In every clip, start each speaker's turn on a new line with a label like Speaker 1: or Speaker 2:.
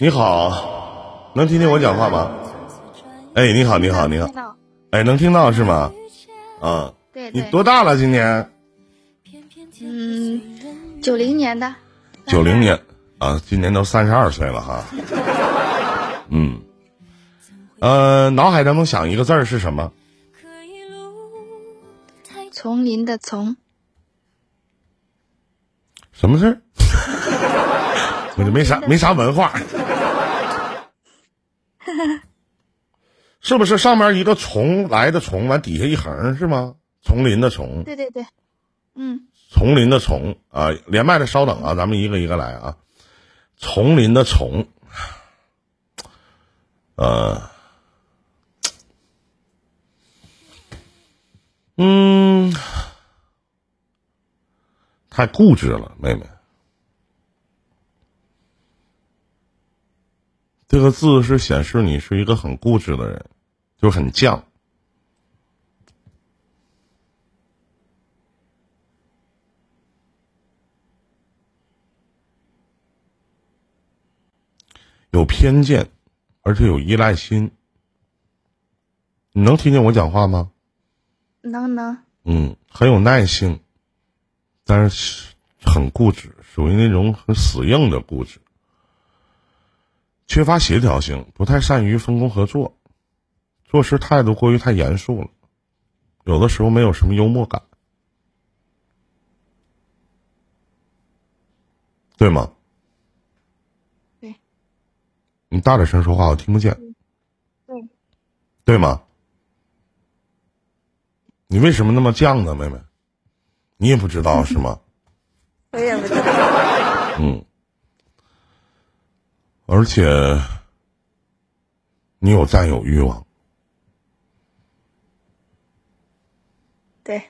Speaker 1: 你好，能听见我讲话吗？哎，你
Speaker 2: 嗯
Speaker 1: 好，你好，你好
Speaker 3: 听，到
Speaker 1: 哎，能听到是吗？啊，
Speaker 3: 对
Speaker 1: 你
Speaker 3: 对，
Speaker 1: 多大了？今年
Speaker 3: 嗯，九零年的，
Speaker 1: 九零年啊，今年都三十二岁了哈。嗯，呃，脑海当中想一个字儿是什么？
Speaker 3: 丛林的丛，
Speaker 1: 什么事儿？我就没啥没啥文化，是不是？上面一个虫来的虫，完底下一横是吗？丛林的丛，
Speaker 3: 对对对，嗯，
Speaker 1: 丛林的丛啊，连麦的稍等啊，咱们一个一个来啊。丛林的丛，呃，嗯，太固执了，妹妹。这个字是显示你是一个很固执的人，就很犟。有偏见，而且有依赖心。你能听见我讲话吗？
Speaker 3: 能能，
Speaker 1: 嗯，很有耐性，但是很固执，属于那种很死硬的固执，缺乏协调性，不太善于分工合作，做事态度过于太严肃了，有的时候没有什么幽默感，对吗？
Speaker 3: 对。嗯
Speaker 1: 你大点声说话，我听不见。
Speaker 3: 对，
Speaker 1: 对吗？你为什么那么犟呢，妹妹？你也不知道是吗？
Speaker 2: 我也不知道，
Speaker 1: 嗯，而且你有占有欲望，
Speaker 2: 对，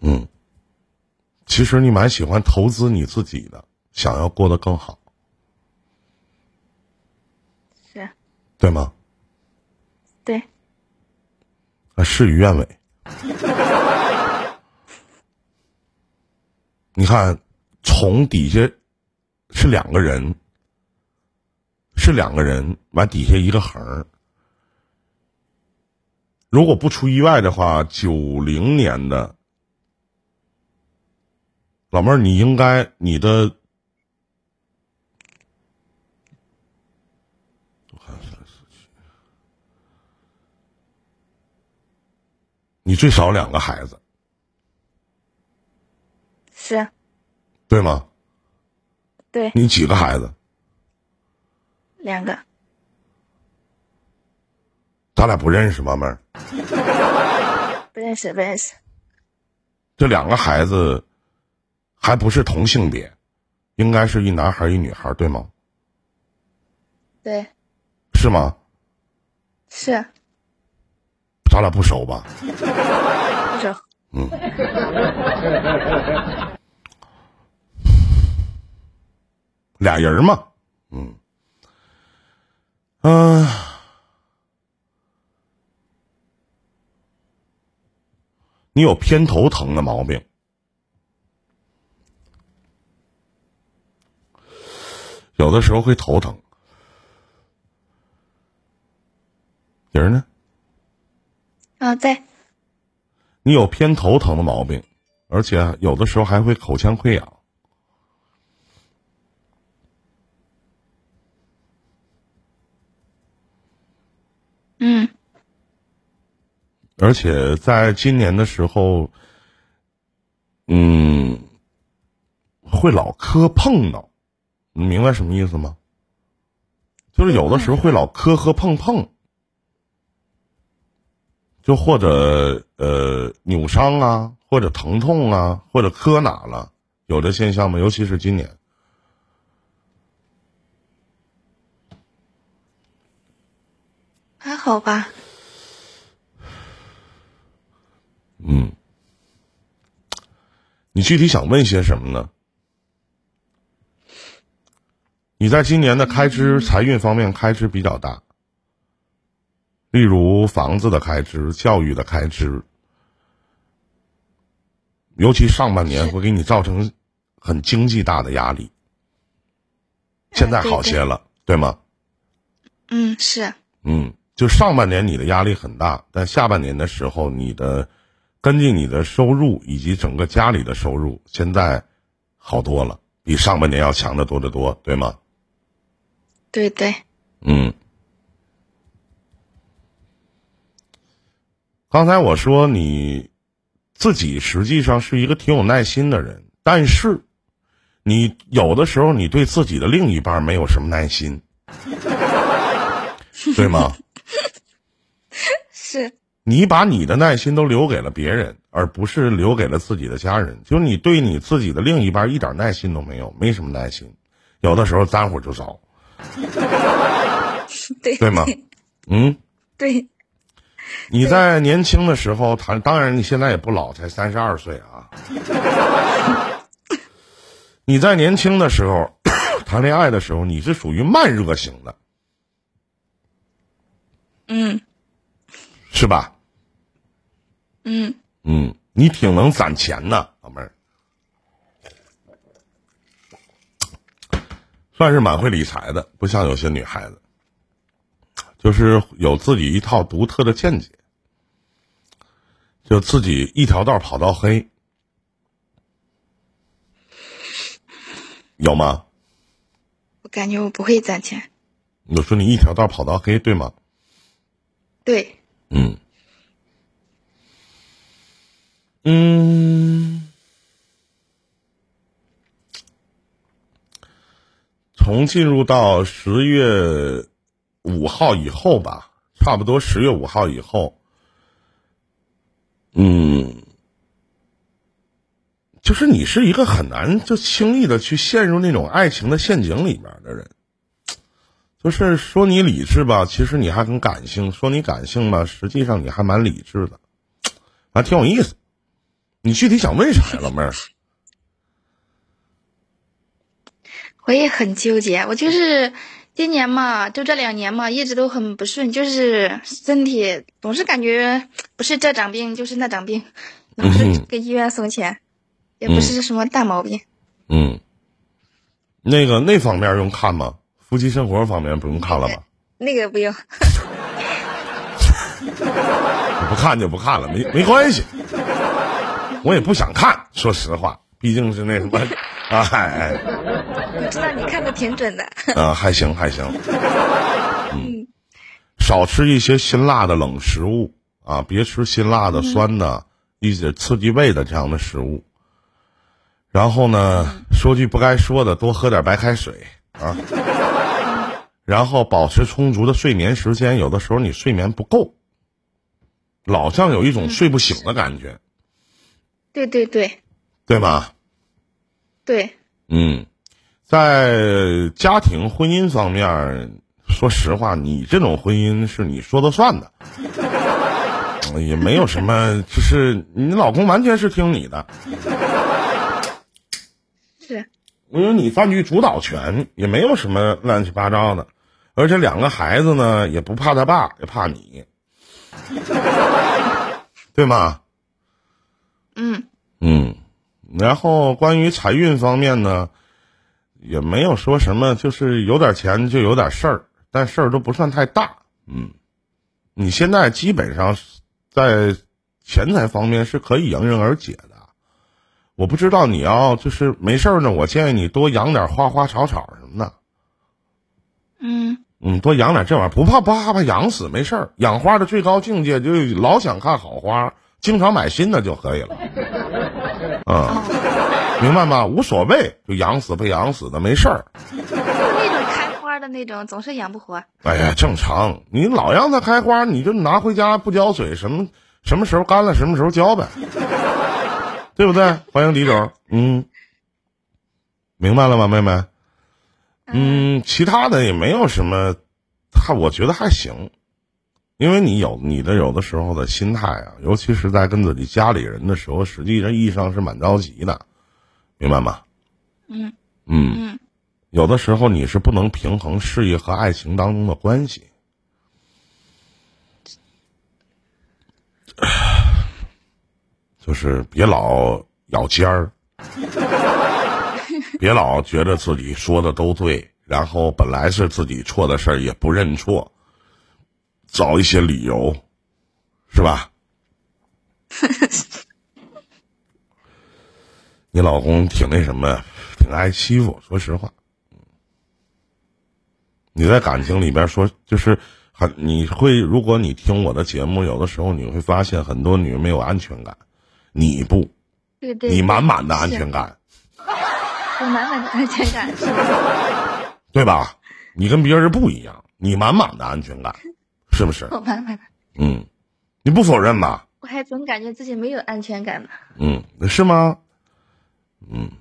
Speaker 1: 嗯，其实你蛮喜欢投资你自己的，想要过得更好，
Speaker 2: 是，
Speaker 1: 对吗？
Speaker 2: 对，
Speaker 1: 啊，事与愿违。你看，从底下是两个人，是两个人，完底下一个横儿。如果不出意外的话，九零年的老妹儿，你应该你的，我看看你最少两个孩子，
Speaker 2: 是，
Speaker 1: 对吗？
Speaker 2: 对，
Speaker 1: 你几个孩子？
Speaker 2: 两个，
Speaker 1: 咱俩不认识吗，妹儿？
Speaker 2: 不认识，不认识，
Speaker 1: 这两个孩子还不是同性别，应该是一男孩儿一女孩儿，对吗？
Speaker 2: 对，
Speaker 1: 是吗？
Speaker 2: 是，
Speaker 1: 咱俩不熟吧？
Speaker 2: 不熟，
Speaker 1: 俩人儿嘛，嗯，嗯、你有偏头疼的毛病，有的时候会头疼。人儿呢？
Speaker 2: 啊，在，
Speaker 1: 你有偏头疼的毛病，而且啊有的时候还会口腔溃疡。
Speaker 2: 嗯，
Speaker 1: 而且在今年的时候，嗯，会老磕碰到，你明白什么意思吗？就是有的时候会老磕磕碰碰，就或者呃扭伤啊，或者疼痛啊，或者磕哪了，有这现象吗？尤其是今年，
Speaker 2: 还好吧，
Speaker 1: 嗯，你具体想问些什么呢？你在今年的开
Speaker 2: 嗯
Speaker 1: 支、财运方面开支比较大，例如房子的开支、教育的开支，尤其上半年会给你造成很经济大的压力。现在
Speaker 2: 对
Speaker 1: 好
Speaker 2: 哎对
Speaker 1: 些了，对吗？
Speaker 2: 嗯，是，
Speaker 1: 嗯，就上半年你的压力很大，但下半年的时候，你的根据你的收入以及整个家里的收入，现在好多了，比上半年要强得多得多，对吗？
Speaker 2: 对对，
Speaker 1: 嗯。刚才我说你自己实际上是一个挺有耐心的人，但是你有的时候你对自己的另一半没有什么耐心，对吗？
Speaker 2: 是，
Speaker 1: 你把你的耐心都留给了别人，而不是留给了自己的家人。就是你对你自己的另一半一点耐心都没有，没什么耐心，有的时候沾火就着，
Speaker 2: 对
Speaker 1: 对吗？嗯，
Speaker 2: 对，
Speaker 1: 你在年轻的时候谈，当然你现在也不老，才三十二岁 啊。你在年轻的时候 谈恋爱的时候，你是属于慢热型的，
Speaker 2: 嗯
Speaker 1: 是吧？
Speaker 2: 嗯，
Speaker 1: 嗯，你挺能攒钱的，老妹儿，算是蛮会理财的，不像有些女孩子，就是有自己一套独特的见解，就自己一条道跑到黑，有吗？
Speaker 2: 我感觉我不会攒钱，
Speaker 1: 我说你一条道跑到黑，对吗？
Speaker 2: 对，
Speaker 1: 嗯，嗯，从进入到十月五号以后吧，差不多十月五号以后，嗯，就是你是一个很难就轻易的去陷入那种爱情的陷阱里面的人。就是说你理智吧，其实你还很感性；说你感性吧，实际上你还蛮理智的，还挺有意思。你具体想问啥呀，老妹儿？
Speaker 2: 我也很纠结，我就是今年嘛，就这两年嘛，一直都很不顺，就是身体总是感觉不是这长病就是那长病，老
Speaker 1: 嗯
Speaker 2: 是
Speaker 1: 哼
Speaker 2: 给医院送钱，也不是什么大毛病，
Speaker 1: 嗯，那个那方面用看吗？夫妻生活方面不用看了吧？
Speaker 2: 那个不用，
Speaker 1: 不看就不看了，没没关系。我也不想看，说实话，毕竟是那什么，啊，哎哎
Speaker 2: 我知道你看的挺准的，
Speaker 1: 啊，还行还行，嗯，少吃一些辛辣的冷食物啊，别吃辛辣的、酸的、一些刺激胃的这样的食物。然后呢，说句不该说的，多喝点白开水啊。 然后保持充足的睡眠时间，有的时候你睡眠不够，老像有一种睡不醒的感觉，
Speaker 2: 对对对
Speaker 1: 对吧？
Speaker 2: 对，
Speaker 1: 嗯，在家庭婚姻方面，说实话，你这种婚姻是你说的算的，嗯也没有什么，就是你老公完全是听你的，
Speaker 2: 是，
Speaker 1: 因为你占据主导权，也没有什么乱七八糟的，而且两个孩子呢，也不怕他爸，也怕你，对吗？
Speaker 2: 嗯
Speaker 1: 嗯，然后关于财运方面呢，也没有说什么，就是有点钱就有点事儿，但事儿都不算太大。嗯，你现在基本上是在钱财方面是可以迎刃而解的。我不知道你要就是没事儿呢，我建议你多养点花花草草什么的。
Speaker 2: 嗯
Speaker 1: 嗯，多养点这玩意儿，不怕不怕怕养死，没事儿。养花的最高境界就是老想看好花，经常买新的就可以了。嗯，明白吗？无所谓，就养死不养死的没事儿。
Speaker 2: 就那种开花的那种，总是养不活，
Speaker 1: 哎呀，正常。你老让它开花，你就拿回家不浇水，什么什么时候干了什么时候浇呗，对不对？欢迎李总，嗯，明白了吗，妹妹？嗯，其他的也没有什么，还我觉得还行，因为你有你的有的时候的心态啊，尤其是在跟自己家里人的时候，实际上意义上是蛮着急的，明白吗？
Speaker 2: 嗯
Speaker 1: 嗯
Speaker 2: 嗯
Speaker 1: 有的时候你是不能平衡事业和爱情当中的关系。 就是别老咬尖儿，别老觉得自己说的都对，然后本来是自己错的事儿也不认错，找一些理由，是吧？ 你老公挺那什么，挺爱欺负，说实话。你在感情里边说，就是很你会，如果你听我的节目，有的时候你会发现很多女人没有安全感，你不，
Speaker 3: 对对，
Speaker 1: 你满满的安
Speaker 3: 是
Speaker 1: 全感，
Speaker 3: 我满满的安全感， 是吧？
Speaker 1: 对吧？你跟别人不一样，你满满的安全 感，是不是？
Speaker 3: 我满满的，
Speaker 1: 嗯，你不否认吧？
Speaker 3: 我还总感觉自己没有安全感呢。
Speaker 1: 嗯，是吗？
Speaker 3: 嗯，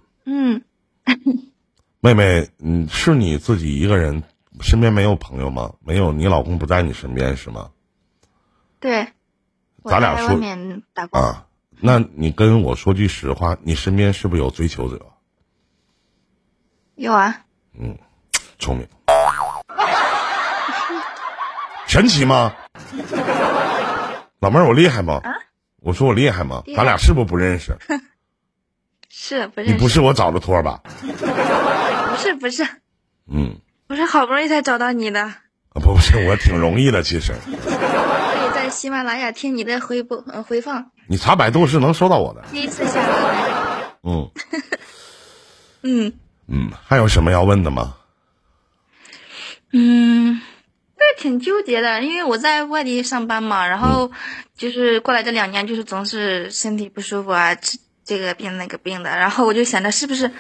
Speaker 1: 妹妹，嗯，是你自己一个人，身边没有朋友吗？没有，你老公不在你身边是吗？
Speaker 3: 对，我
Speaker 1: 咱俩
Speaker 3: 在
Speaker 1: 说
Speaker 3: 外面打工，
Speaker 1: 啊，那你跟我说句实话，你身边是不是有追求者？
Speaker 3: 有啊，
Speaker 1: 聪明，神奇吗？老妹儿，我厉害吗？我说我厉害吗？
Speaker 3: 啊厉害
Speaker 1: 咱俩是不是不认 识？
Speaker 3: 是不
Speaker 1: 你
Speaker 3: 认识？
Speaker 1: 不是我找的托儿吧？
Speaker 3: 不是不是
Speaker 1: 嗯，
Speaker 3: 不是，好不容易才找到你的，
Speaker 1: 啊不是，我挺容易的，其实
Speaker 3: 可以在喜马拉雅听你的回播呃回放，
Speaker 1: 你查百度是能搜到我的。
Speaker 3: 第一次下拉来，
Speaker 1: 嗯
Speaker 3: 嗯
Speaker 1: 嗯，还有什么要问的吗？
Speaker 3: 嗯。但是挺纠结的，因为我在外地上班嘛，然后就是过来这两年，就是总是身体不舒服啊，这这个病那个病的，然后我就想着是不是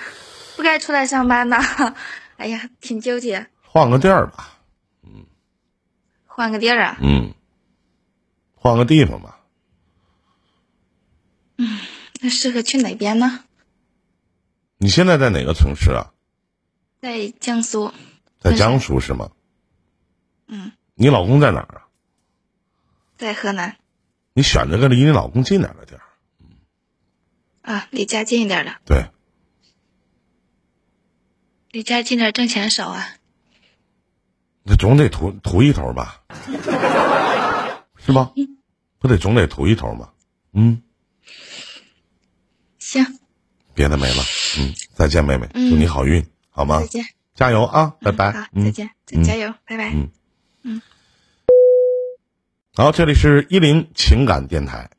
Speaker 3: 不该出来上班呢？ 哎呀，挺纠结，
Speaker 1: 换个地儿吧。
Speaker 3: 换个地儿啊。
Speaker 1: 嗯，换个地方吧。
Speaker 3: 那适合去哪边呢？
Speaker 1: 你现在在哪个城市啊？
Speaker 3: 在江苏，
Speaker 1: 在
Speaker 3: 在
Speaker 1: 江苏是吗？
Speaker 3: 嗯，
Speaker 1: 你老公在哪儿啊？
Speaker 3: 在河南
Speaker 1: 你选择个离你老公近点儿的地儿。
Speaker 3: 啊，离家近一点的，
Speaker 1: 对，
Speaker 3: 离家近点儿挣钱少啊。
Speaker 1: 那总得图图一头 吧，是吧？
Speaker 3: 嗯
Speaker 1: 不得总得图一头吗？嗯，
Speaker 3: 行，
Speaker 1: 别的没了。嗯，再见，妹妹，祝你好运，好吗
Speaker 3: 再？见，
Speaker 1: 加油啊，拜拜。
Speaker 3: 好，
Speaker 1: 嗯
Speaker 3: 再见，再
Speaker 1: 嗯
Speaker 3: 加油，拜拜。
Speaker 1: 好，这里是依林情感电台，